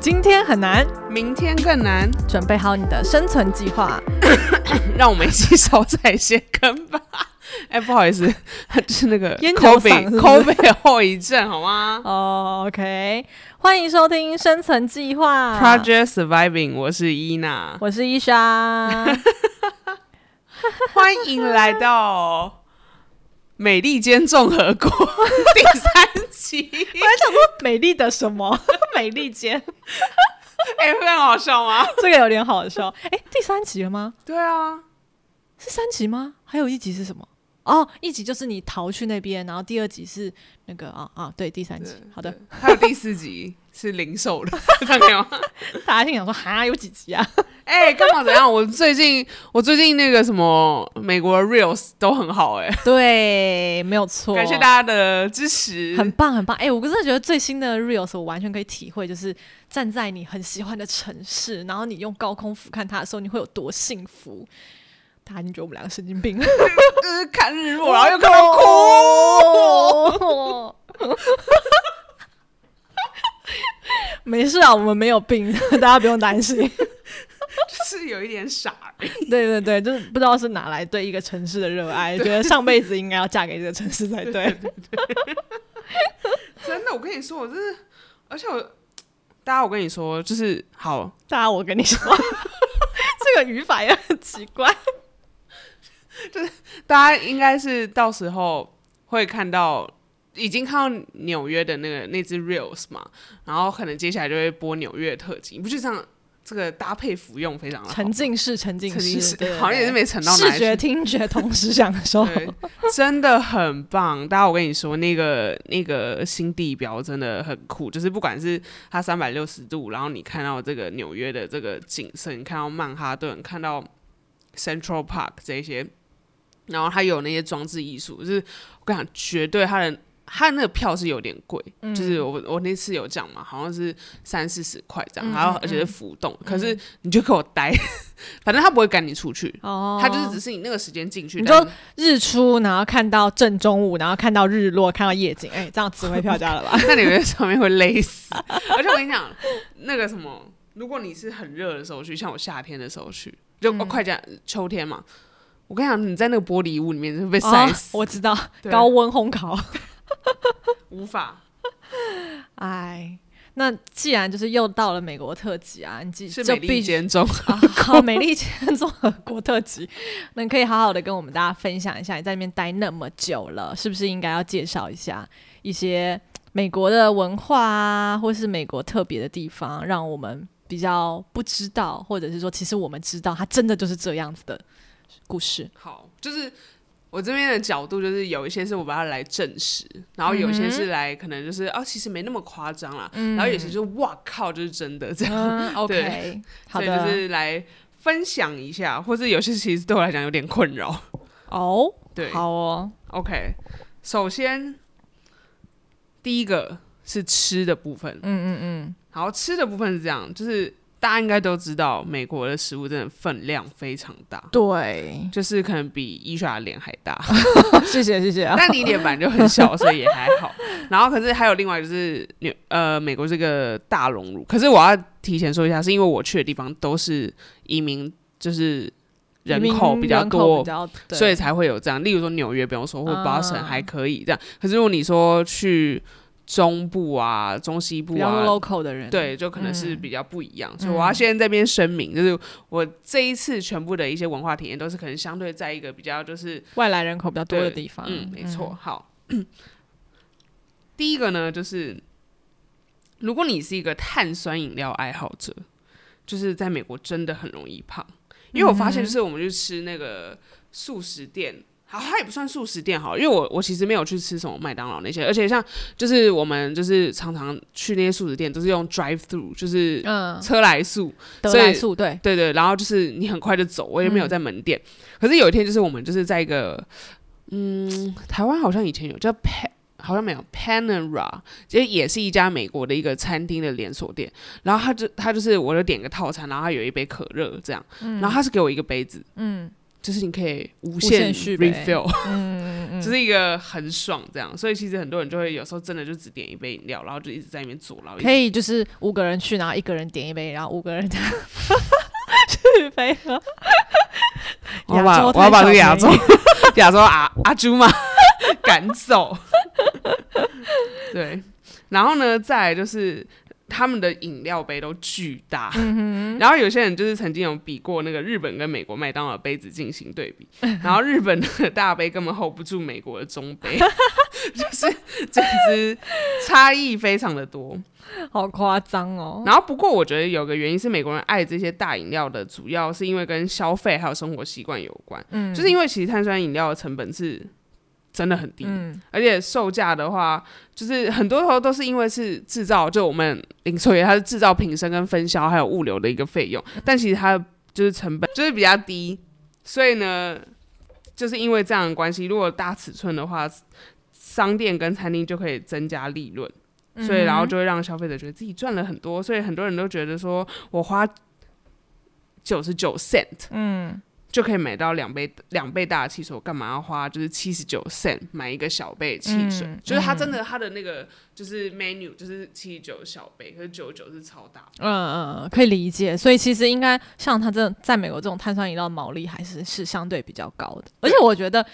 今天很难，明天更难，准备好你的生存计划。让我们一起手踩鞋跟吧。 哎、不好意思， 就是那个烟酒 COVID 嗓是不是 COVID 的后遗症，好吗哦、o k 欢迎收听《生存计划》。 ？Project Surviving，我是伊娜，我是伊 莎。欢迎来到美利坚共 和国第三集。我还想说美丽的什么？ 美丽间，哎、会很好笑吗？这个有点好 笑。哎、第三集了吗？对啊，是三集吗？还有一集是什么？哦，一集就是你逃去那边，然后第二集是那个啊啊，对，第三集。好的，还有第四集是零售的， 看到没有？大家心想说哈，有几集啊？哎、干嘛怎样？我最近我最近那个什么美国 reels 都很好哎、 对，没有错。感谢大家的支持。哦很棒，很棒！哎、我真的觉得最新的 reels 我完全可以体会，就是站在你很喜欢的城市，然后你用高空俯瞰它的时候，你会有多幸福。大家已经觉得我们两个神经病了， 就是看日落，然后又看到哭。哭。没事啊，我们没有病， 大家不用担心。 是有一点傻、对对对，就是不知道是哪来对一个城市的热爱，觉得上辈子应该要嫁给这个城市才对。真的，我跟你说，我真是，而且我，大家，我跟你说，就是好， 大家，我跟你说， 这个语法也很奇怪。大家应该是到时候会看到，已经看到纽约的那个那只 reels 嘛，然后可能接下来就会播纽约特辑，你不就这样？这个搭配服用非常的好，沉浸式，沉浸沉浸式，式对对好像也是没沉到哪视里去觉、。听觉同时享受。对，真的很棒。大家，我跟你说，那个那个新地标真的很酷，就是不管是它三百六十度，然后你看到这个纽约的这个景色，你看到曼哈顿，看到 Central Park 这些，然后它有那些装置艺术，就是我跟你讲，绝对它的。它那个票是有点贵，嗯就是我我那次有讲嘛，好像是三四十块这样，嗯然后而且是浮动，可是你就给我待， 反正他不会赶你出去，哦他就是只是你那个时间进去，你但说日出，然后看到正中午，然后看到日落，看到夜景，哎、这样值回票价 了吧？啊那你们在上面会累死。而且我跟你讲，那个什么，如果你是很热的时候去，像我夏天的时候去，嗯就、哦快讲秋天嘛。我跟你讲，你在那个玻璃屋里面就会被晒哦死，我知道对高温烘烤。无法。哎，那既然就是又到了美国特辑啊，你记是就美必利须坚中，啊，好美利坚综合国特辑，那你可以好好的跟我们大家分享一下，你在那边待那么久了，是不是应该要介绍一下一些美国的文化啊，或是美国特别的地方，让我们比较不知道，或者是说，其实我们知道它真的就是这样子的故事。好，就是我这边的角度，就是有一些是我把它来证实，然后有嗯些是来可能就是、哦，其实没那么夸张啦，然后有些就是哇靠，就是真的这样。嗯对，OK，好所以的，就是来分享一下，或者有些其实对我来讲有点困扰。哦，对，好哦， OK，首先第一个是吃的部分，嗯嗯嗯，然后吃的部分是这样，就是大家应该都知道，美国的食物真的分量非常大，，嗯对就是可能比伊莎的脸还大， 谢谢谢谢啊，但你脸本来就很小，所以也还 好。然后可是还有另外就是纽呃美国这个大熔炉，可是我要提前说一下，是因为我去的地方都是移民，就是 人明明口比较人口多比，较对所以才会有这样。例如说纽约不用说，或啊 Boston 还可以这样。可是如果你说去中部啊、中西部比较啊， local 嗯的人，对，就可能是比较不一样。所以我要先在这边声明，就是我这一次全部的一些文化体验都是可能相对在一个比较就是外来人口比较多的对地方，嗯，没错。好，第一个呢就是。如果你是一个碳酸饮料爱好者，就是在美国真的很容易胖，因为我发现就是我们去吃那个素食店。好，它也不算素食店好，因为我我其实没有去吃什么麦当劳那些，而且像就是我们就是常常去那些素食店都是用 drive through，就是嗯，车来速，德所以莱素对，嗯对对，然后就是你很快就走，我也没有在门店。可是有一天，就是我们就是在一个，嗯，台湾好像以前有叫 Pan，好像没有 Panera，其实也是一家美国的一个餐厅的连锁店。然后他就他就是我就点个套餐，然后他有一杯可乐这样，然后他是给我一个杯子，嗯，就是你可以无嗯限限续杯 refill，、嗯嗯嗯， 就是一个很爽这样。所以其实很多人就会有时候真的就只点一杯饮料，然后就一直在那边坐，然后一直可以就是五个人去，然后一个人点一杯，然后五个人 去飞喝。我要把亚洲太我要把这个亚洲小 亚洲阿阿朱嘛 赶走。对，然后呢，再来就是他们的饮料杯都巨大，嗯然后有些人就是曾经有比过那个日本跟美国麦当劳杯子进行对 比，然后日本的大杯根本 hold 不住美国的中杯， 就是简直差异非常的多。好夸张哦！然后不过我觉得有个原因是美国人爱这些大饮料的主要是因为跟消费还有生活习惯有关，嗯，就是因为其实碳酸饮料的成本是真的很低，而且售价的话，就是很多时候都是因为是制造，就我们零售业它是制造瓶身跟分销还有物流的一个费用，但其实它就是成本就是比较低，所以呢，就是因为这样的关系，如果大尺寸的话，商店跟餐厅就可以增加利润。嗯所以然后就会让消费者觉得自己赚了很多，所以很多人都觉得说我花九十九 cent，嗯，就可以买到两杯两倍大的汽水，我干嘛要花就是七十九 cent 买一个小杯的汽水？嗯就是它真的它的那个就是 menu 就是七十九小杯，可是九十九是超大，嗯嗯，可以理解。所以其实应该像它这在美国这种碳酸饮料的毛利还是是相对比较高的，而且我觉得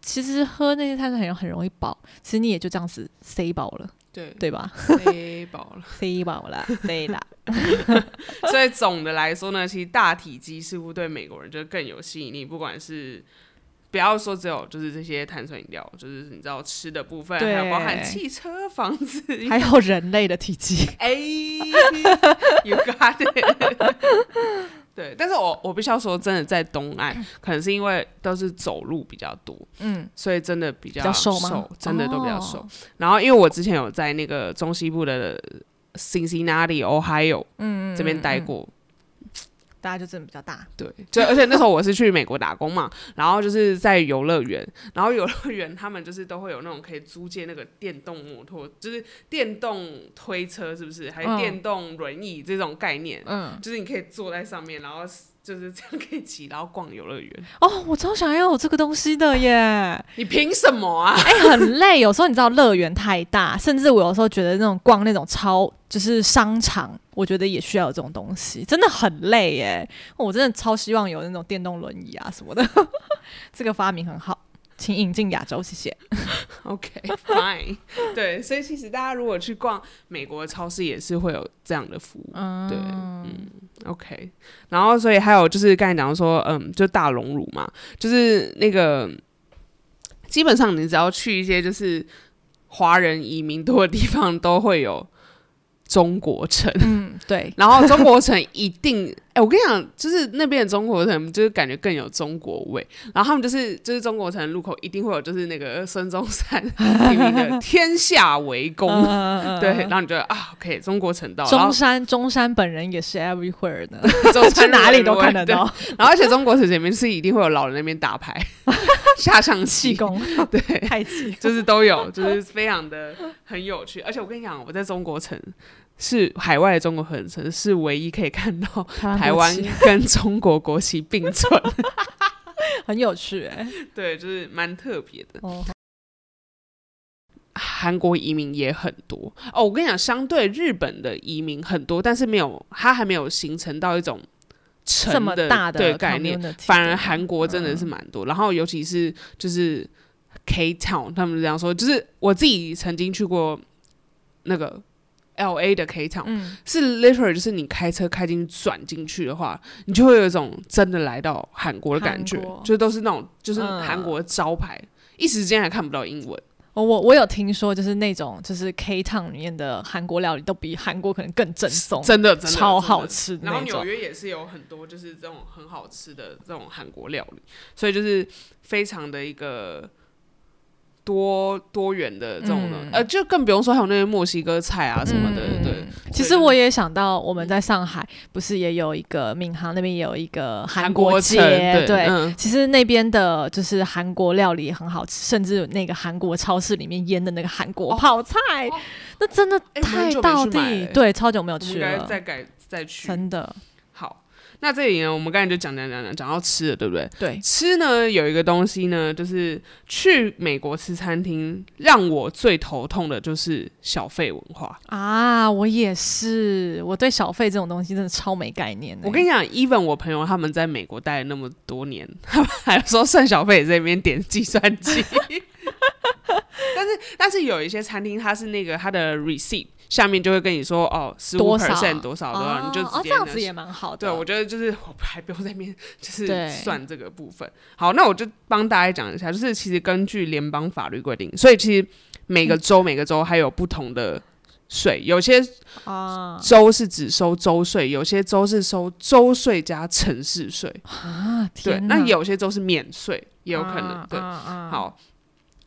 其实喝那些碳酸饮料很容易饱，其实你也就这样子塞饱 了，对，对 吧？塞饱了。塞饱了，对 啦。 所以总的来说呢，其实大体积似乎对美国人就更有吸引力，不管是。不要说只有就是这些碳酸饮料，就是你知道吃的部分，还对有包含汽车、房子，还有人类的体积， 哎 ，You got it 。对，但是我我必须要说，真的在东岸，可能是因为都是走路比较多，嗯，所以真的比较比较瘦吗真的都比较哦瘦。然后因为我之前有在那个中西部的 Cincinnati Ohio 嗯这边待过，大家就真的比较大，对，就而且那时候我是去美国打工嘛，然后就是在游乐园，然后游乐园他们就是都会有那种可以租借那个电动摩托，就是电动推车，是不是？还有嗯电动轮椅这种概念，嗯，就是你可以坐在上面，然后就是这样可以骑，然后逛游乐园。哦，我超想要有这个东西的耶，你凭什么啊？哎、很累。有时候你知道乐园太大，甚至我有时候觉得那种逛那种超就是商场，我觉得也需要有这种东西，真的很累耶。我真的超希望有那种电动轮椅啊什么的， 这个发明很好，请引进亚洲，谢谢。 OK，fine、对，所以其实大家如果去逛美国的超市，也是会有这样的服务。对，嗯，OK。然后，所以还有就是刚才讲说，嗯，就大熔乳嘛，就是那个基本上你只要去一些就是华人移民多的地方，都会有中国城。嗯，对，然后中国城一定， 哎、我跟你讲，就是那边的中国城，就是感觉更有中国味。然后他们就是，就是中国城的路口一定会有，就是那个呃孙中山提名的“天下为公”，嗯 对，然后你就啊，可以中国城到，然中后山中山本人也是 everywhere 的，中 去山哪里都人看得对到，然后而且中国城前面是一定会有老人那边 打牌、下象气棋，功对，太 极。就是都有，就是非常的很有趣。而且我跟你讲，我在中国城是海外的中国城是唯一可以看到台湾国旗 跟中国国旗并存，很有趣哎、 对，就是蛮特别的。哦，韩国移民也很多哦，我跟你讲，相对日本的移民很多，但是没有，它还没有形成到一种城这么的嗯大对概念， community 嗯反的而韩国真的是蛮多，然后尤其是就是 K Town，他们这样说，就是我自己曾经去过那个 L A 的 K Town，、嗯是 literally 就是你开车开进去转进去的话，你就会有一种真的来到韩国的感觉韩国，就都是那种就是嗯韩国的招牌，一时间还看不到英文。哦我我有听说，就是那种就是 K Town 里面的韩国料理都比韩国可能更正宗，真的真的超真的好吃的然后那纽种。约也是有很多就是这种很好吃的这种韩国料理，所以就是非常的一个多多元的这种的，嗯呃，就更不用说还有那些墨西哥菜啊什么的，嗯对。嗯其实我也想到，我们在上海不是也有一个闵行那边也有一个韩国街，城对嗯其实那边的就是韩国料理也很好吃，甚至那个韩国超市里面腌的那个韩国泡菜，哦那真的哎我们太很久没到去地，买了对，超久没有我们去应该了，再改再去。真的。好，那这里呢，我们刚才就讲讲讲讲讲到吃的，对不对？对，吃呢有一个东西呢，就是去美国吃餐厅，让我最头痛的就是小费文化。啊，我也是，我对小费这种东西真的超没概念欸的、我跟你讲，even 我朋友他们在美国待了那么多年， 他们还有时候算小费也在那边点计算机。 但是但是有一些餐厅，它是那个它的 receipt 下面就会跟你说哦，十五多少 percent 多少多哦少，啊你就直哦，接这样那子也蛮好的。对，我觉得就是我还不用在面就是啊对算这个部分。好，那我就帮大家讲一下，就是其实根据联邦法律规定，所以其实每嗯个州、每个州还有不同的税，有些啊州是只收州税，有些州是收州税加城市税，啊，对，天哪那有些州是免税，也有可能，啊对，啊啊好。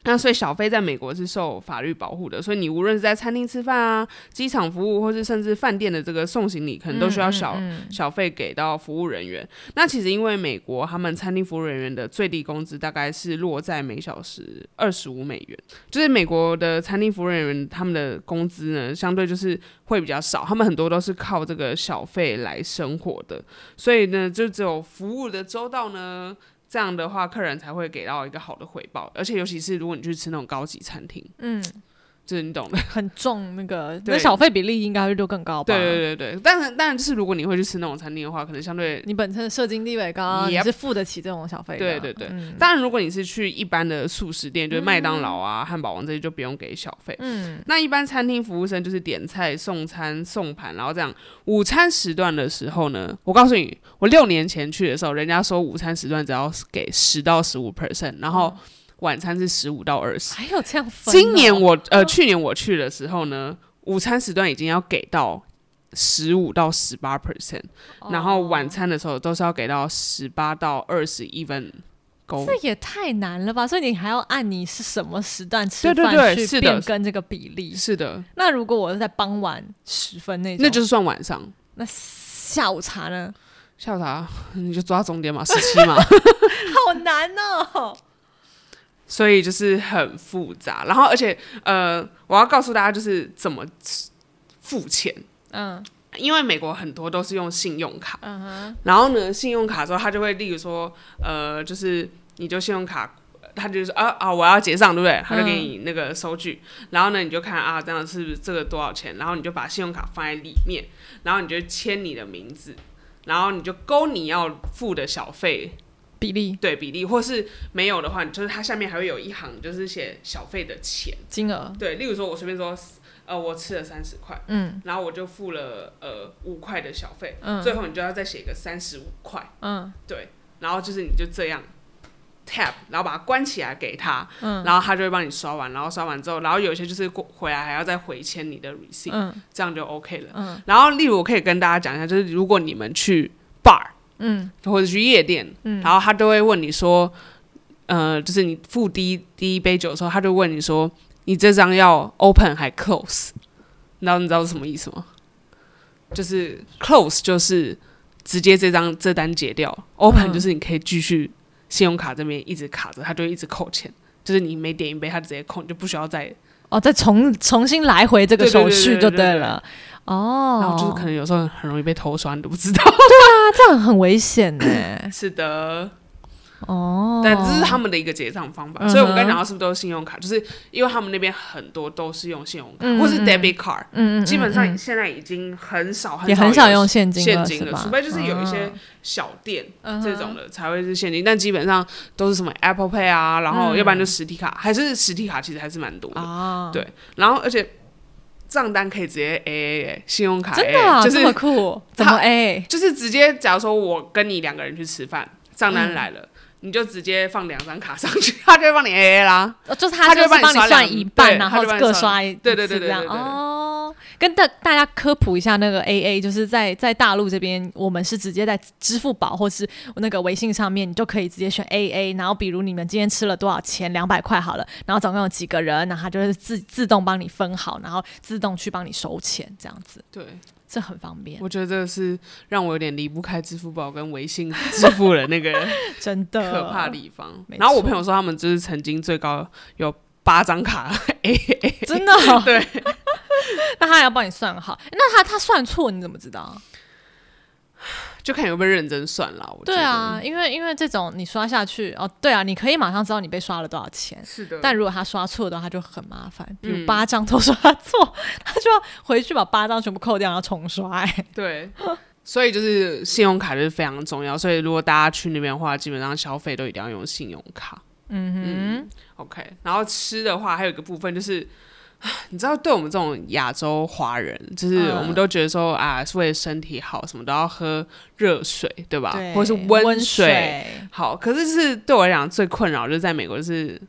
那所以小费在美国是受法律保护的，所以你无论是在餐厅吃饭啊、机场服务，或是甚至饭店的这个送行李，可能都嗯需要小、 小费给到服务人员。那其实因为美国他们餐厅服务人员的最低工资大概是落在每小时二十五美元，就是美国的餐厅服务人员他们的工资呢，相对就是会比较少，他们很多都是靠这个小费来生活的，所以呢，就只有服务的周到呢。这样的话，客人才会给到一个好的回报，而且尤其是如果你去吃那种高级餐厅，嗯，就是你懂的。很重那个，对那小费比例应该会就更高吧？对对对对，但是但是如果你会去吃那种餐厅的话，可能相对你本身的社经地位高， Yep 你是付得起这种小费的。对对对嗯当然，如果你是去一般的素食店，就是麦当劳啊、汉堡王这些，就不用给小费。嗯，那一般餐厅服务生就是点菜、送餐、送盘，然后这样。午餐时段的时候呢，我告诉你，我六年前去的时候，人家说午餐时段只要给十到十五 percent，然后晚餐是十五到二十。还有这样哦分哦。今年我呃，去年我去的时候呢，午餐时段已经要给到十五到十八 percent，哦然后晚餐的时候都是要给到十八到二十 even 勾。这也太难了吧？所以你还要按你是什么时段吃对对饭对去是的变更这个比例。是的，那如果我是在傍晚十分那种，那就是算晚上。那下午茶呢？ 下午茶 你就抓重点嘛，十七嘛，好难哦。所以就是很复杂。然后，而且呃，我要告诉大家就是怎么付钱，嗯因为美国很多都是用信用卡，嗯哼，然后呢，信用卡之后他就会，例如说呃，就是你就信用卡。他就说啊啊，我要结账，对不对？他就给你那个收据，然后呢，你就看啊，这样是这个多少钱，然后你就把信用卡放在里面，然后你就签你的名字，然后你就勾你要付的小费，比例对比例，或是没有的话，就是它下面还会有一行，就是写小费的钱。金额，对，例如说我随便说，呃，我吃了三十块，嗯然后我就付了呃五块的小费，嗯最后你就要再写一个三十五块，嗯对，然后就是你就这样 tap，然后把它关起来给他，嗯然后他就会帮你刷完，然后刷完之后，然后有一些就是过回来还要再回签你的 receipt，、嗯这样就 OK 了。嗯然后例如我可以跟大家讲一下，就是如果你们去 bar，嗯或者去夜店，然后他都会问你说，呃，就是你付第一第一杯酒的时候，他就问你说，你这张要 open 还 close？你知道你知道是什么意思吗？就是 close 就是直接这张这单结掉，open 嗯就是你可以继续信用卡这边一直卡着，他就一直扣钱。就是你每点一杯，他直接扣，你就不需要再，哦，再重重新来回这个手续就对对对对对了。然后哦，就是可能有时候很容易被偷刷，你都不知道。 那这样很危险 呢、嗯是的，哦，但这是他们的一个结账方法。嗯哼所以我们刚才讲到是不是都是信用卡，就是因为他们那边很多都是用信用卡、嗯或是嗯 debit card，、嗯嗯嗯基本上现在已经很少很也很少少有用现金现了金是了，吧啊除非就是有一些小店、嗯这种的才会是现金，但基本上都是什么 Apple Pay 啊，然嗯后要不然就实体卡，还是实体卡其实还是蛮多的。啊，对然后而且账单可以直接 A A A，信用卡 A，、真的、啊、就是这么酷，他怎么哎？就是直接，假如说我跟你两个人去吃饭，账单来了，嗯你就直接放两张卡上去，他就会帮你哎 AA 啦。哦就是他他就就是帮你帮你刷算两一半，对然他后就帮你各刷刷一对对次对对这样对对对哦。跟大大家科普一下，那个 A A 就是在在大陆这边，我们是直接在支付宝或是那个微信上面，你就可以直接选 A A。然后比如你们今天吃了多少钱，两百块好了，然后总共有几个人，然后它就是自自动帮你分好，然后自动去帮你收钱，这样子，对，这很方便，我觉得这个是让我有点离不开支付宝跟微信支付的那个真的可怕的地方没。错然后我朋友说，他们就是曾经最高有八张卡 AA，真的哦、 对那他还要帮你算好，那他他算错你怎么知道？就看有没有认真算了。我觉对得嗯啊，，因为因为这种你刷下去哦，对啊，你可以马上知道你被刷了多少钱。是的，但如果他刷错的话，他就很麻烦。比嗯如八张都刷错，他就要回去把八张全部扣掉，然后重刷、哎，对， 所以就是信用卡就是非常重要。所以如果大家去那边的话，基本上消费都一定要用信用卡。嗯 OK，然后吃的话，还有一个部分就是，你知道，对我们这种亚洲华人，就是嗯我们都觉得说啊，是为了身体好，什么都要喝热水，对吧哼，？对，啊或是温温水。好，可是是对我来讲最困扰，就是在美国就是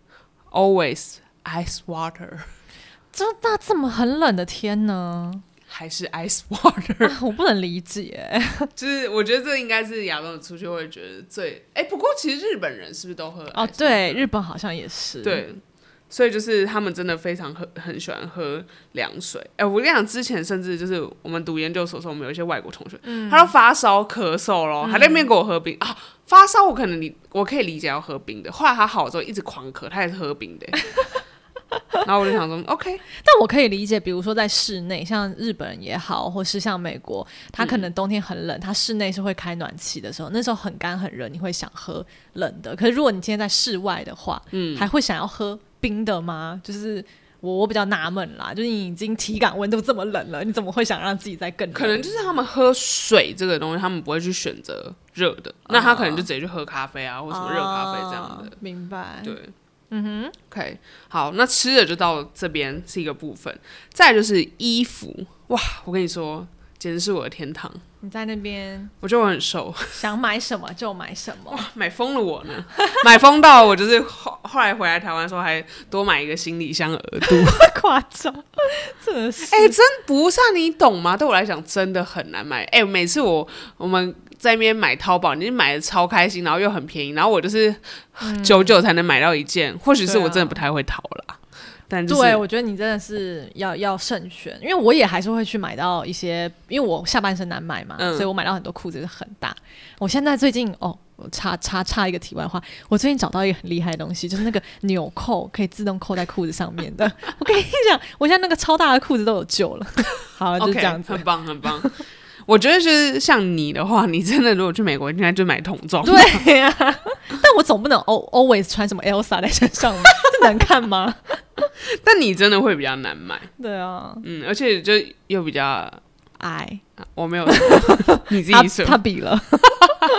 always ice water 这那这么很冷的天呢，啊还是 ice water， 我不能理解、就是我觉得这应该是亚洲人出去会觉得最哎、不过其实日本人是不是都喝 ice water？哦，对，日本好像也是，，对，所以就是他们真的非常喝，很喜欢喝凉水。哎、我跟你讲，之前甚至就是我们读研究所的时候，我们有一些外国同学，他都发烧咳嗽咯，还在那边给我喝冰、啊。发烧我可能理我可以理解要喝冰的，后来他好了之后一直狂咳，他也是喝冰的欸。 然后我就想说，OK，但我可以理解，比如说在室内，像日本也好，或是像美国，它可能嗯冬天很冷，它室内是会开暖气的时候，那时候很干很热，你会想喝冷的。可是如果你今天在室外的话，嗯，还会想要喝冰的吗？就是我我比较纳闷啦，就是你已经体感温度这么冷了，你怎么会想让自己再更冷可能就是他们喝水这个东西，他们不会去选择热的，那他可能就直接去喝咖啡啊，或什么热咖啡这样的。啊明白？对，嗯哼，OK，好，那吃的就到这边是一个部分，再来就是衣服，哇，我跟你说，简直是我的天堂，你在那边我觉得我很瘦， 想买什么就买什么，买疯了我呢，买疯到我就是后后来回来台湾的时候还多买一个行李箱额度， 夸张，真的是。哎、真不是啊你懂吗？对我来讲真的很难买，哎、每次我我们。在那边买淘宝，你买的超开心，然后又很便宜，然后我就是久久才能买到一件，或许是嗯对我啊真的不太会淘啦，但就是对，我觉得你真的是要要慎选，因为我也还是会去买到一些，因为我下半身难买嘛，嗯所以我买到很多裤子是很大。我现在最近哦，我插插插一个题外话，我最近找到一个很厉害的东西，就是那个纽扣可以自动扣在裤子上面的。我跟你讲，我现在那个超大的裤子都有救了。好了，啊就是这样子。很棒很棒。 我觉得就是像你的话，你真的如果去美国，应该就买童装。对呀、但我总不能 al- always 穿什么 Elsa 在身上嘛， 这能看吗？ 但你真的会比较难买，对啊，嗯，而且就又比较，哎，我没有你自他己说。他比了，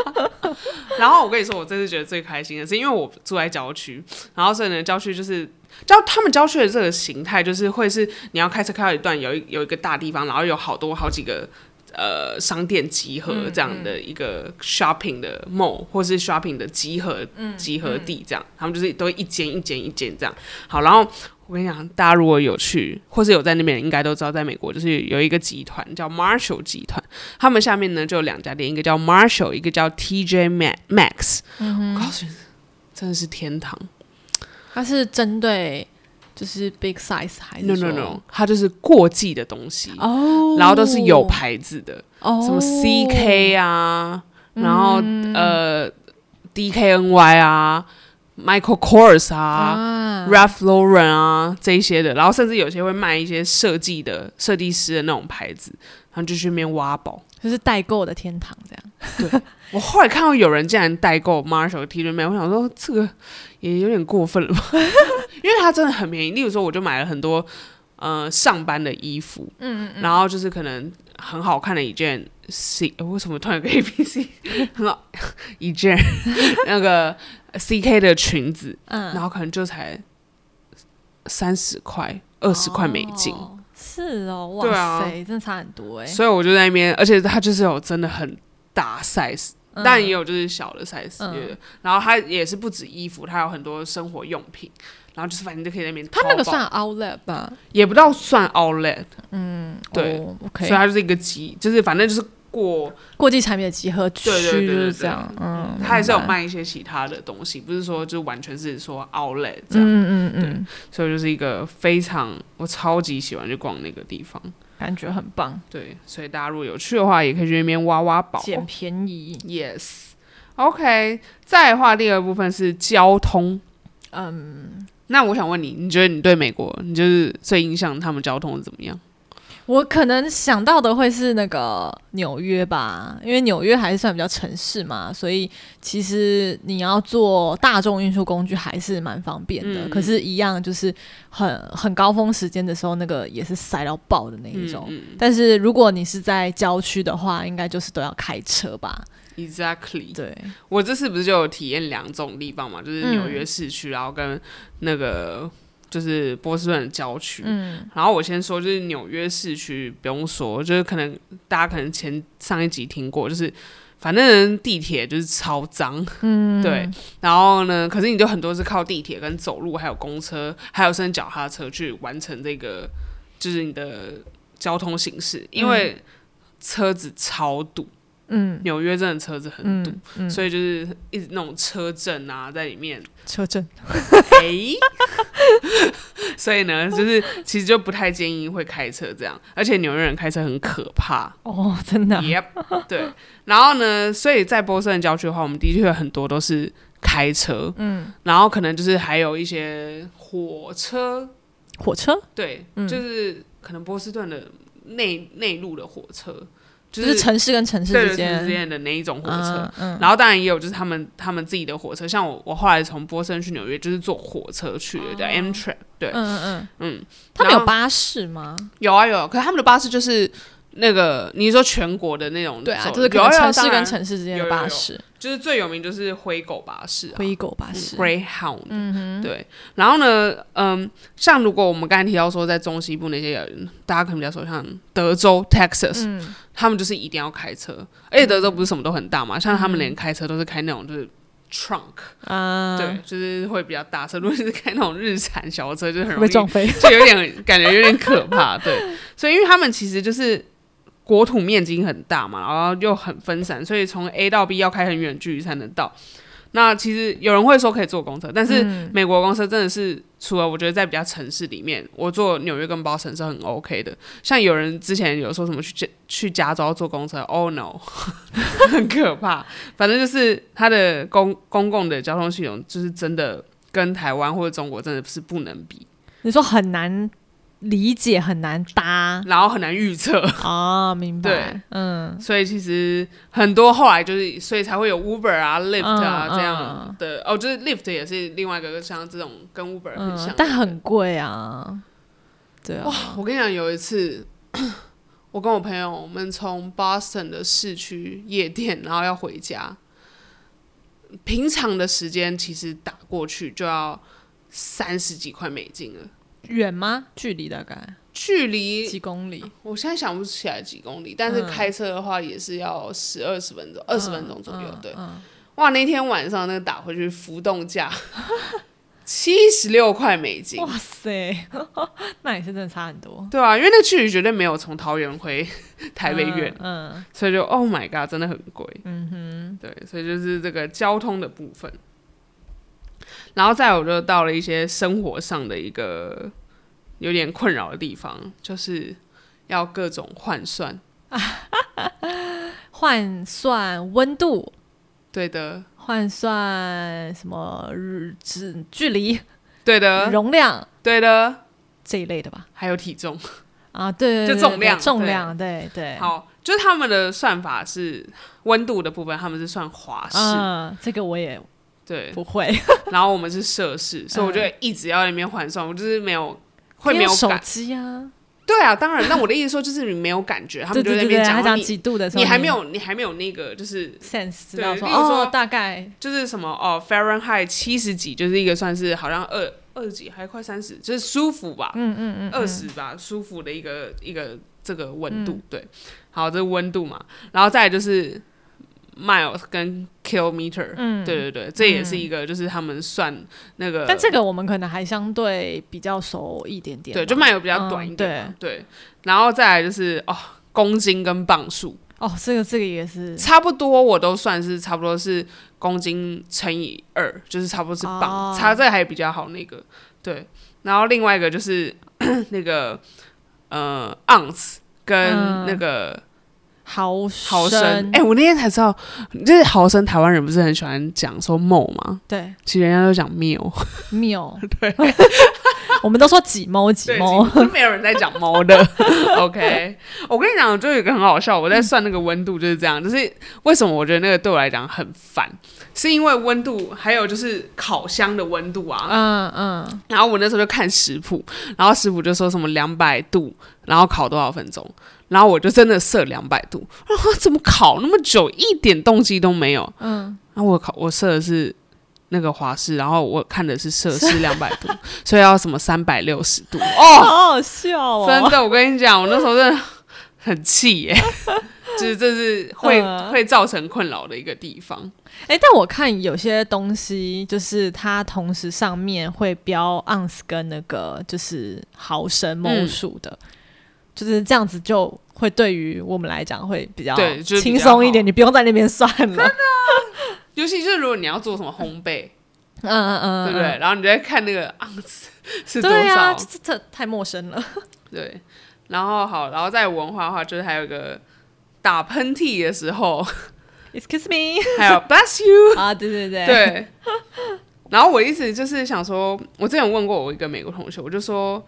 然后我跟你说，我这次觉得最开心的是，因为我住在郊区，然后所以呢，郊区就是郊他们郊区的这个形态，就是会是你要开车开到一段，有一有一个大地方，然后有好多好几个。呃，商店集合这样的一个 shopping 的 mall，、或是 shopping 的集合、集合地这样，他们就是都一间一间一间这样。好，然后我跟你讲，大家如果有去，或是有在那边，应该都知道，在美国就是有一个集团叫 Marshall 集团，他们下面呢就有两家店，一个叫 Marshall，一个叫 TJ Ma- Max。我嗯告诉你，真的是天堂。他是针对就是 big size 还是 No 说 no no，它就是过季的东西，哦，然后都是有牌子的，哦，嗯什么 CK 啊，然后、呃 DKNY 啊，Michael Kors 啊啊 Ralph Lauren 啊这一些的，然后甚至有些会卖一些设计的设计师的那种牌子，然后就去那边挖宝。就是代购的天堂这样。我后来看到有人竟然代购 Marshall T 恤妹，我想说这个也有点过分了吧， 因为它真的很便宜。例如说，我就买了很多呃上班的衣服，嗯然后就是可能很好看的一件 C，、呃为什么突然有个 A B C 很好一件 那个 C K 的裙子，嗯然后可能就才三十块、二十块美金。哦是哦，对哇啊塞，真的差很多哎。所以我就在那边，而且它就是有真的很大 size，、但也有就是小的 size，、嗯然后它也是不止衣服，它有很多生活用品，然后就是反正就可以在那边淘他宝。那个算 outlet 吧？也不到算 outlet，哦对所以，OK，它就是一个集，就是反正就是过，国际产品的集合区对对就对对是对这样。嗯，它还是有明白。卖一些其他的东西，不是说就完全是说 outlet 这样，嗯嗯嗯，所以就是一个非常我超级喜欢去逛那个地方。感觉很棒，对，所以大家如果有去的话，也可以去那边挖挖宝。捡便宜。 Yes。OK，再来的话，第二部分是交通。嗯，那我想问你，你觉得你对美国，你就是最印象他们交通是怎么样？我可能想到的会是那个纽约吧，因为纽约还是算比较城市嘛，所以其实你要坐大众运输工具还是蛮方便的。嗯可是，一样就是很很高峰时间的时候，那个也是塞到爆的那一种。嗯但是如果你是在郊区的话，应该就是都要开车吧？ Exactly，对，我这次不是就有体验两种地方嘛，就是嗯纽约市区，然后跟那个就是波士顿的郊区。嗯然后我先说，就是纽约市区不用说，就是可能大家可能前上一集听过，就是反正地铁就是超脏，嗯， 对，然后呢，可是你就很多是靠地铁跟走路，还有公车，还有甚至脚踏车去完成这个，就是你的交通形式，因为车子超堵，嗯纽约真的车子很堵，嗯嗯，所以就是一直那种车震啊在 里面，车震，哎、所以呢，就是其实就不太建议会开车这样，而且纽约人开车很可怕， 哦，真的啊， yep，对。然后呢，所以在波士顿郊区的话，我们的确很多都是开车，嗯，然后可能就是还有一些火车，火车对，嗯就是可能波士顿的内内陆的火车，就就是是城市跟城市对之城间市之间的那一种火车。嗯嗯然后当然也有就是他们他们自己的火车，像我我后来从波士顿去纽约就是坐火车去的，哦叫 Amtrak，对，嗯嗯嗯，他们然有后巴士吗？有啊有啊，可是他们的巴士就是那个你说全国的那种走，对啊，就是可有啊能有啊城市当然跟城市之间的巴士，就是最有名就是灰狗巴士、啊，灰狗巴士。 Greyhound，嗯对。然后呢，嗯，像如果我们刚才提到说在中西部那些人，大家可能比较熟，像德州 Texas，、嗯，他们就是一定要开车，而且德州不是什么都很大嘛，像他们连开车都是开那种就是 trunk，、啊，对，就是会比较大车。如果你是开那种日产小车，就很容被易撞飞。 就有点感觉有点可怕，对。所以因为他们其实就是国土面积很大嘛，然后又很分散，所以从 A 到 B 要开很远距离才能到。那其实有人会说可以坐公车，但是美国公车真的是，除了我觉得在比较城市里面，我坐纽约跟 Boston 是很 OK 的。像有人之前有说什么去加去加州坐公车，Oh no，很可怕。反正就是它的公公共的交通系统，就是真的跟台湾或者中国真的是不能比。你说很难理解，很难 搭然后很难预测，啊，明白对？嗯，所以其实很多后来就是，所以才会有 Uber 啊、Lyft 啊、嗯这嗯样嗯的。哦，就是 Lyft 也是另外一个像这种跟 Uber 很嗯像的，，但很贵啊。对啊，我跟你讲，有一次我跟我朋友，我们从 Boston 的市区夜店，然后要回家，平常的时间其实打过去就要三十几块美金了，远吗？距离大概距离几公里？我现在想不起来几公里，但嗯是开车的话也是要十二十分钟，二十分钟左右。嗯对，哇，那天晚上那个打回去浮 动价七十六块美金，哇塞， 那也是真的差很多。对啊，因为那距离绝对没有从桃园回 台北远，嗯，嗯，所以就 Oh my God，真的很贵。嗯哼，对，所以就是这个交通的部分，然后再有就到了一些生活上的一个有点困扰的地方，就是要各种换算。换算温度，对的，换算什么日距距离、对的，容量对的，这一类的吧？还有体重。啊，对，就对对重对量重对量，对对。好，就是他们的算法是温度的部分，他们是算华氏，嗯，这个我也对，不会，然后我们是摄嗯氏，所以我就一直要在那边换算，我就是没有会因没为有手感。机啊，对啊，当然，那我的意思说就是你没有感觉，他对们就对在对那对，边他讲讲说你，几度的时候，你还没有，你还没有那个就是。 sense 知对道说例如说哦，大概就是什么哦，Fahrenheit 七十几，就是一个算是好像二二十几，还快三十，就是舒服吧，嗯嗯呃嗯，二十吧，舒服的一个一个这个温度，对，好，这是温度嘛，然后再来就是 miles 跟 kilometer，嗯，对对对，这也是一个就是他们算那个，但这个我们可能还相对比较熟一点点吧，对就 mile 比较短一点嘛，嗯对，然后再来就是哦，公斤跟磅数，哦，这个这个也是差不多我都算是差不多是公斤乘以二，就是差不多是磅，哦差这还比较好那个对。然后另外一个就是 那个呃 ounce 跟嗯那个、豪豪生，生，哎、我那天才知道，就是豪生，台湾人不是很喜欢讲说某吗？对，其实人家都讲谬， 谬，对， 我们都说几猫几猫，就没有人在讲猫的。OK，我跟你讲，就有一个很好笑，嗯我在算那个温度就是这样，就是为什么我觉得那个对我来讲很烦，是因为温度，还有就是烤箱的温度啊，嗯嗯，然后我那时候就看食谱，然后食谱就说什么两百度，然后烤多少分钟，然后我就真的设两百度，然后怎么烤那么久，一点动机都没有。嗯，然后我烤我设的是那个华氏，然后我看的是摄氏两百度，所以要什么三百六十 度 哦，好好笑哦，真的，我跟你讲，我那时候真的 很气 耶，就是这是会、嗯会造成困扰的一个地方。哎、但我看有些东西，就是它同时上面会标盎司跟那个就是毫嗯升、某数的，就是这样子就会对于我们来讲会比较对就是比轻较松一好点，你不用在那边算了。尤其是如果你要做什么烘焙，嗯嗯嗯，对不对？嗯？然后你就在看那个盎司是多对少啊，，这这这太陌生了。对，然后好，然后在文化的话，就是还有一个打喷嚏的时候， Excuse me 还有 bless you，啊，对对对，对。然后我一直就是想说，我之前有问过我一个美国同学，我就说，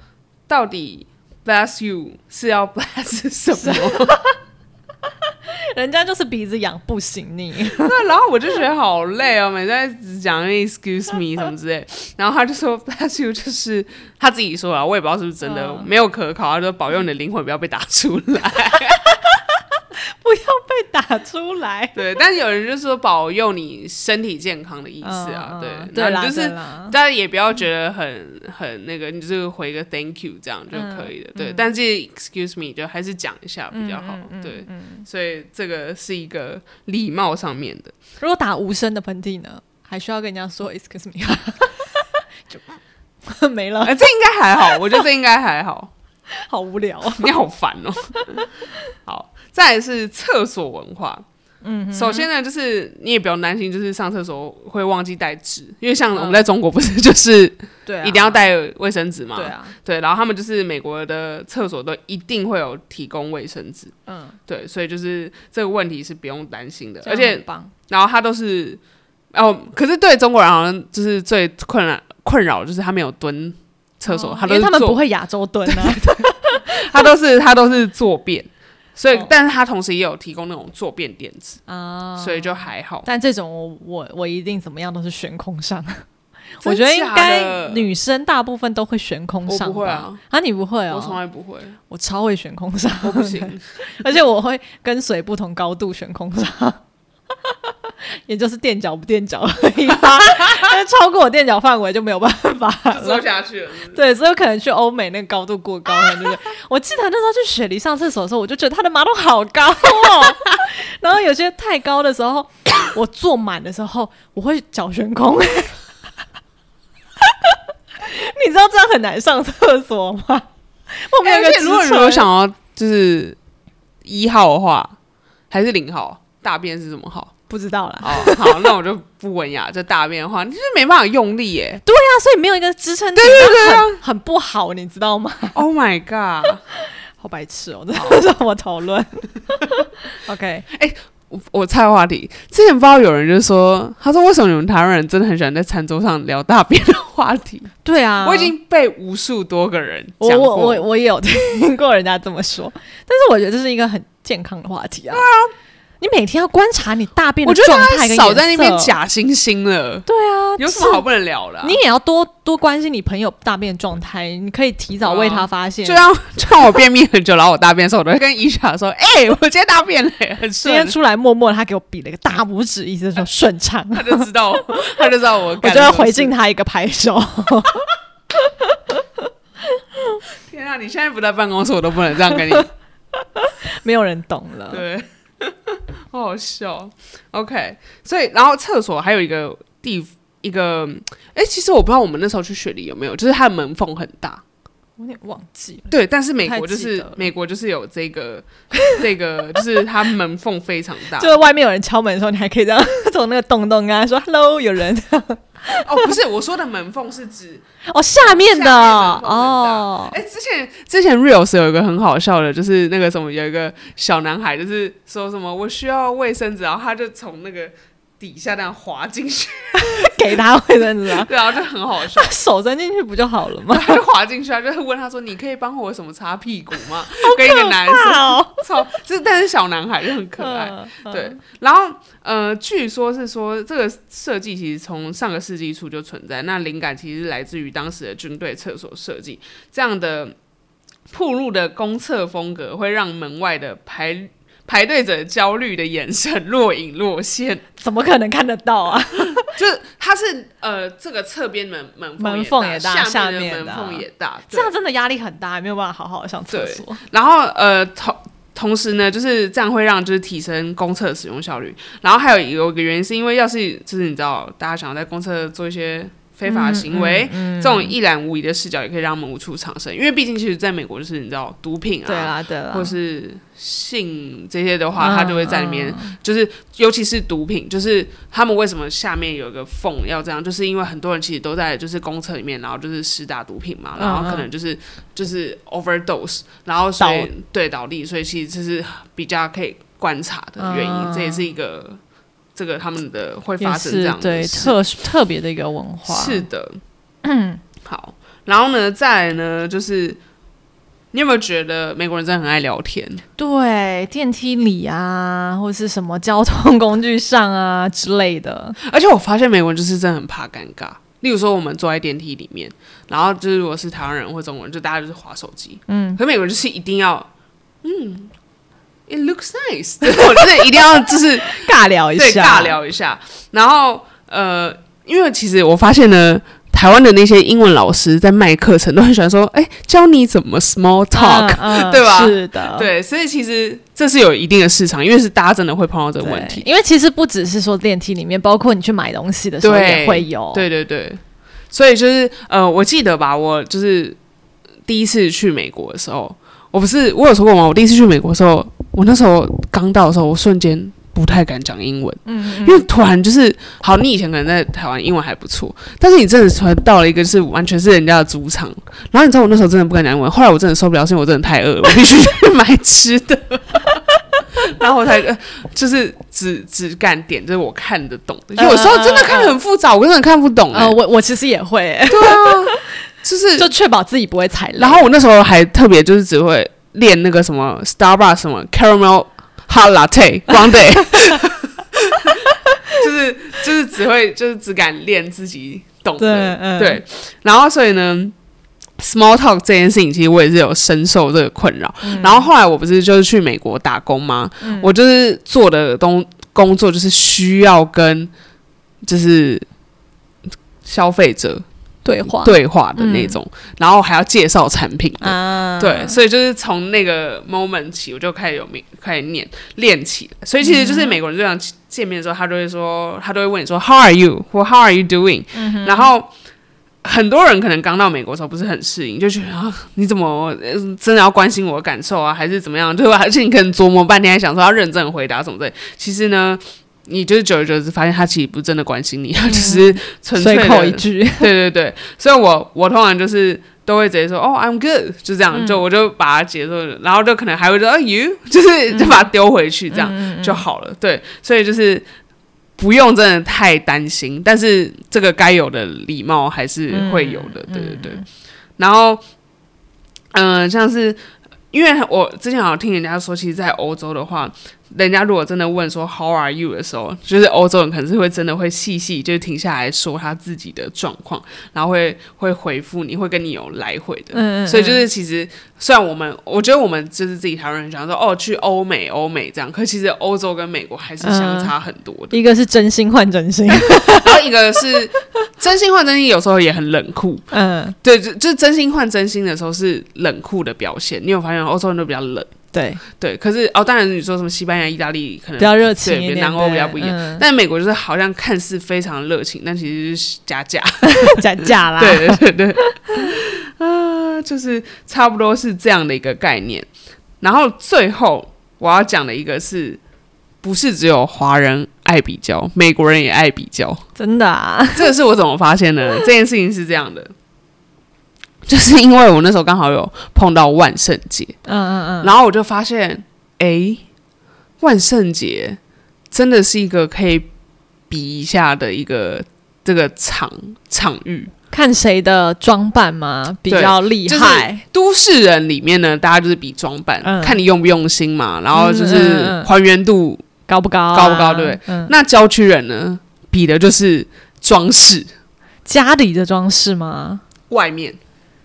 到底 bless you 是要 bless 什么？人家就是鼻子痒不行你， 对，然后我就觉得好累哦，每次在只讲那 excuse me 什么之类。 然后他就说 bless you 就是他自己说啊，我也不知道是不是真的，嗯没有可考。他说保佑你的灵魂不要被打出来。 不要被打出来。对，但是有人就说保佑你身体健康的意意思啊，对，嗯对然啦，后你就对是，啦大家也不要觉得很很那个，你就是回个 thank you 这样就嗯可以了，对。但是 excuse me 就还是讲一下比较好，嗯对。所以这个是一个礼貌上面的，如果打无声的喷嚏呢，还需要跟人家嗯说 excuse me，就 没了哎、，这应该还好，我觉得这应该还好。好无聊啊。 你好烦哦、好，再来是厕所文化。嗯，首先呢，就是你也不用担心，就是上厕所会忘记带纸，因为像我们在中国不是就是嗯对啊，一定要带卫生纸嘛。对啊，对然后他们就是美国的厕所都一定会有提供卫生纸，嗯，对，所以就是这个问题是不用担心的。这啊而样且很，棒，然后它都是哦，可是对中国人好像就是最困扰困扰就是他没有蹲厕所，哦他因都为是他们坐不会亚洲蹲 啊， 他都是他都是坐便，所以、哦但是他同时也有提供那种坐便垫子，啊，所以就还好。但这种我我我一定怎么样都是悬空 上，真我觉得应假该的女生大部分都会悬空我上不会吧？啊，啊，你不会我从哦，来不会，我超会悬空上，我不 行。而且我会跟随不同高度悬空上， 也就是垫脚不垫脚而已吧，因为超过我垫脚范围就没有办法就坐了。下去了，对，所以我可能去欧美那个高度过高了，就是我记得那时候去雪梨上厕所的时候，我就觉得它的马桶好高哦， 然后有些太高的时候，我坐满的时候，我会脚悬空。 你知道这样很难上厕所吗？ 我们有哎一而个且如果支如撑果想要就是一号的话，还是零号，大便是什么号？不知道啦，哦， 好，那我就不文雅。这大便的话，你就是没办法用力耶。对啊，所以没有一个支撑点，对对很很不好，你知 道吗？ Oh my god！好白痴 哦，这让我讨 论。OK，我我岔话题，之前不知道有人就说，他说为什么你们台湾人真的很喜欢在餐桌上聊大便的话题？对啊，我已经被无数多个人我讲我过，我我也有听过人家这么说，但是我觉得这是一个很健康的话题啊。对啊，你每天要观察你大便我的觉得状大态家跟少颜在那边色。假惺惺了，对啊，有什么好不啊能聊的、是？你也要多多关心你朋友大便的状态，你可以提早为他发现。就让 就让我便秘很久，然后我大便的时候，我都会跟伊莎说：“哎、我今天大便了，很今顺天。出来默默地他给我比了一个大拇指，意思是说顺畅”。 他就知道，他就知道我我干就了要什么回事敬。他一个拍手。 天啊，你现在不在办公室，我都不能这样 跟你。没有人懂了。对， 好好笑。OK，所以然后厕所还有一个地一个，哎、其实我不知道我们那时候去雪梨有没有，就是它的门缝很大。我有点忘记了。对，但是美不太国就记是得了美国就是有这个这个，就是它门缝非常大 就。是外面有人敲门的时候，你还可以这样从那个洞洞跟他说 “hello”，有人。哦，不是，我说的门缝是指哦，下面的下面的哦，哎、之前之前 reels 有一个很好笑的，就是那个什么，有一个小男孩，就是说什么我需要卫生纸，然后他就从那个底下那样滑进去，给他卫生纸 啊，对，然后就很好笑，手伸进去不就好了吗？然后他就滑进去，他就问他说：“你可以帮我什么擦屁股吗？”跟一个男生，哦，操，就是但是小男孩就很可爱。嗯对，，然后呃，据说是说这个设计其实从上个世纪初就存在，那灵感其实来自于当时的军队厕所设计这样的铺路的公厕风格，会让门外的排排队者焦虑的眼神若隐若现。怎么可能看得到 啊？就是它是呃，这个侧边门门门缝缝也大，大下下面的面门的缝啊也大，对这样真的压力很大，没有办法好好地上厕所。然后呃同同时呢，就是这样会让就是提升公厕使用效率。然后还有有一个原因是因为要是就是你知道大家想要在公厕做一些非嗯法行为，这种一览无遗的视角也可以让他们无处藏身。因为毕竟其实在美国就是你知道毒品对啊。啦，对啦，或是性这些的话，他就会在里面嗯，就是尤其是毒品，就是他们为什么下面有一个缝要这样，就是因为很多人其实都在就是公厕里面，然后就是施打毒品嘛，嗯然后可能就是就是 overdose，然后所以倒对倒地，所以其实这是比较可以观察的原因，嗯这也是一个这个他们的会也发生这是样的对事特特别的一个文化。是 的，好，然后呢，再来呢，就是你有没有觉得美国人真的很爱聊天？对电梯里啊，或是什么交通工具上啊之类的，而且我发现美国人就是真的很怕尴尬。例如说，我们坐在电梯里面，然后就是如果是台湾人或中国人，就大家就是划手机。嗯，可美国人就是一定要，嗯，it looks nice，就是 我就是一定要就是尬聊 一对下，尬。聊一下。然后呃，因为其实我发现呢，台湾的那些英文老师在卖课程都很喜欢说，哎、教你怎么 small talk，、嗯嗯对吧是的，对，所以其实这是有一定的市场，因为是大家真的会碰到这个对问题。因为其实不只是说电梯里面，包括你去买东西的时候对也会有。对对对，所以就是呃，我记得吧，我就是第一次去美国的时候，我不是我有说过吗？我第一次去美国的时候，我那时候刚到的时候，我瞬间不太敢讲英文，嗯，嗯，因为突然就是，好，你以前可能在台湾英文还不错，但是你真的突然到了一个就是完全是人家的主场，然后你知道我那时候真的不敢讲英文，后来我真的受不了，是因为我真的太饿了，我必须去买吃的。 然后我才呃就是只只敢点，就是我看得懂的。有时候真的看得很复杂，我真的看不懂、欸呃，我我其实也会、欸就 是就确保自己不会踩雷。然后我那时候还特别就是只会练那个什么 Starbucks 什么 Caramel Hot Latte Grande，就是就是只会就是只敢练自己懂的，对嗯对。然后所以呢，small talk 这件事情，其实我也是有深受这个困扰。然后后来我不是就是去美国打工吗？我就是做的东工作就是需要跟就是消费者对话，嗯对话的那种，然后还要介绍产品的啊，对，所以就是从那个 moment 起，我就开始有名，开始念练起了。所以其实就是美国人这样见面的时候，他都会说，他都会问你说 How are you 或 How are you doing？、然嗯后很多人可能刚到美国的时候不是很适应，就觉得啊，你怎么、呃真的要关心我的感受啊，还是怎么样？对吧？而且你可能琢磨半天，还想说要认真回答什么的。其实呢。你就是久而久之发现他其实不是真的关心你， 他只是纯随粹的口一 句，对对对，所以我我通常就是都会直接说哦、i m good，就这样，就我就把它结束，然后就可能还会说哦 you，就是就把它丢回去，这样、就好了。对，所以就是不用真的太担心，但是这个该有的礼貌还是嗯会有的。对对对，然后嗯、呃像是。因为我之前好像听人家说，其实，在欧洲的话，人家如果真的问说 “How are you” 的时候，就是欧洲人可能是会真的会细细就停下来说他自己的状况，然后会会回复你，会跟你有来回的。嗯嗯所以就是其实虽然我们我觉得我们就是自己台湾人想说哦去欧美欧美这样，可其实欧洲跟美国还是嗯相差很多的。一个是真心换真心， 然后一个是真心换真心，有时候也很冷酷。嗯，对，就就真心换真心的时候是冷酷的表现。你有发现欧洲人都比较冷，对，对。可是哦，当然你说什么西班牙、意大利可能比较热情对啊一点，嗯南欧比较不一样 样，但美国就是好像看似非常热情，但其实是假假。假假啦， 对对对对，啊，就是差不多是这样的一个概念。然后最后我要讲的一个是不是只有华人爱比较，美国人也爱比较。真的啊， 这个是我怎么发现的？这件事情是这样的，就是因为我那时候刚好有碰到万圣节，嗯嗯嗯，然后我就发现，诶，万圣节真的是一个可以比一下的一个这个场场域。看谁的装扮嘛比较厉就是害，都市人里面呢，大家就是比装扮，嗯看你用不用心嘛，然后嗯就嗯是嗯还原度。高不高啊、高不高对嗯，那郊区人呢，比的就是装饰家里的装饰吗？外面。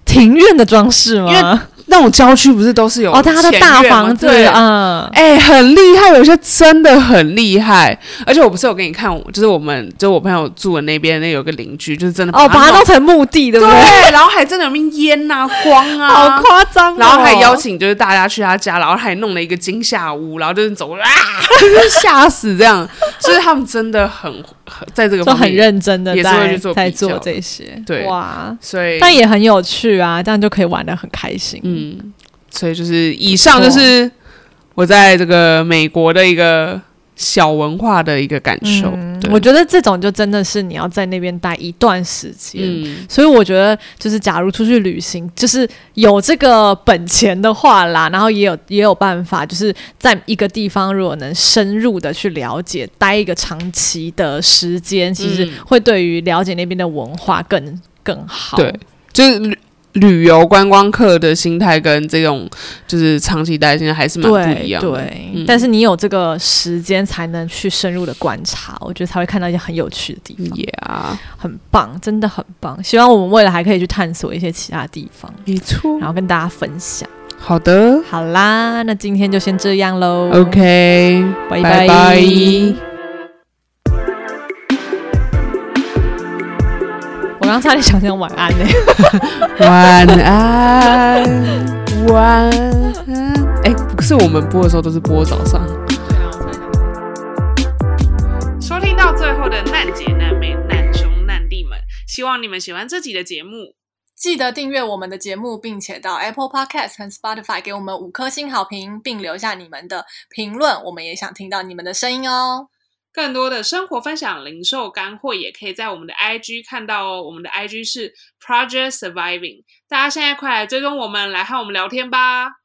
庭院的装饰吗？因为那种郊区不是都是有哦，他的前大院吗房子，对嗯，哎、很厉害，有些真的很厉害。而且我不是有给你看，就是我们就是我朋友住的那边，那有个邻居，就是真的哦，把它弄当成墓地，对不对？对，啊然后还真的有面烟啊、光 啊，好夸张、哦！然后还邀，请就是大家去他家，然后还弄了一个惊吓屋，然后就是 走啊，就是吓死这样。所以他们真的很很在这个就方面很认真的也是会在去做在比较做这些，对哇，所以但也很有趣啊，这样就可以玩的很开心。嗯，嗯，所以就是以上就是我在这个美国的一个小文化的一个感受。对嗯我觉得这种就真的是你要在那边待一段时间。嗯，所以我觉得，就是假如出去旅行，就是有这个本钱的话啦，然后也有也有办法，就是在一个地方如果能深入的去了解，待一个长期的时间，其嗯实会对于了解那边的文化更更好。对，就是旅旅游观光客的心态跟这种就是长期待的心态还是蛮不一对样的。对、嗯但是你有这个时间，才能去深入的观察，我觉得才会看到一些很有趣的地嗯方，呀，很棒，真的很棒。希望我们未来还可以去探索一些其他地方，没错然。后跟大家分享。好的好啦，那今天就先这样喽。 ，OK，拜拜。拜拜我刚差点想讲晚安呢、晚安，晚安。哎、可是我们播的时候都是播早上。收听到最后的难姐、难妹、难兄、难弟们，希望你们喜欢这集的节目。记得订阅我们的节目，并且到 Apple Podcast 和 Spotify 给我们五颗星好评，并留下你们的评论。我们也想听到你们的声音哦。更多的生活分享、零售干货，也可以在我们的 IG 看到哦。我们的 IG 是 Project Surviving，大家现在快来追踪我们，来和我们聊天吧。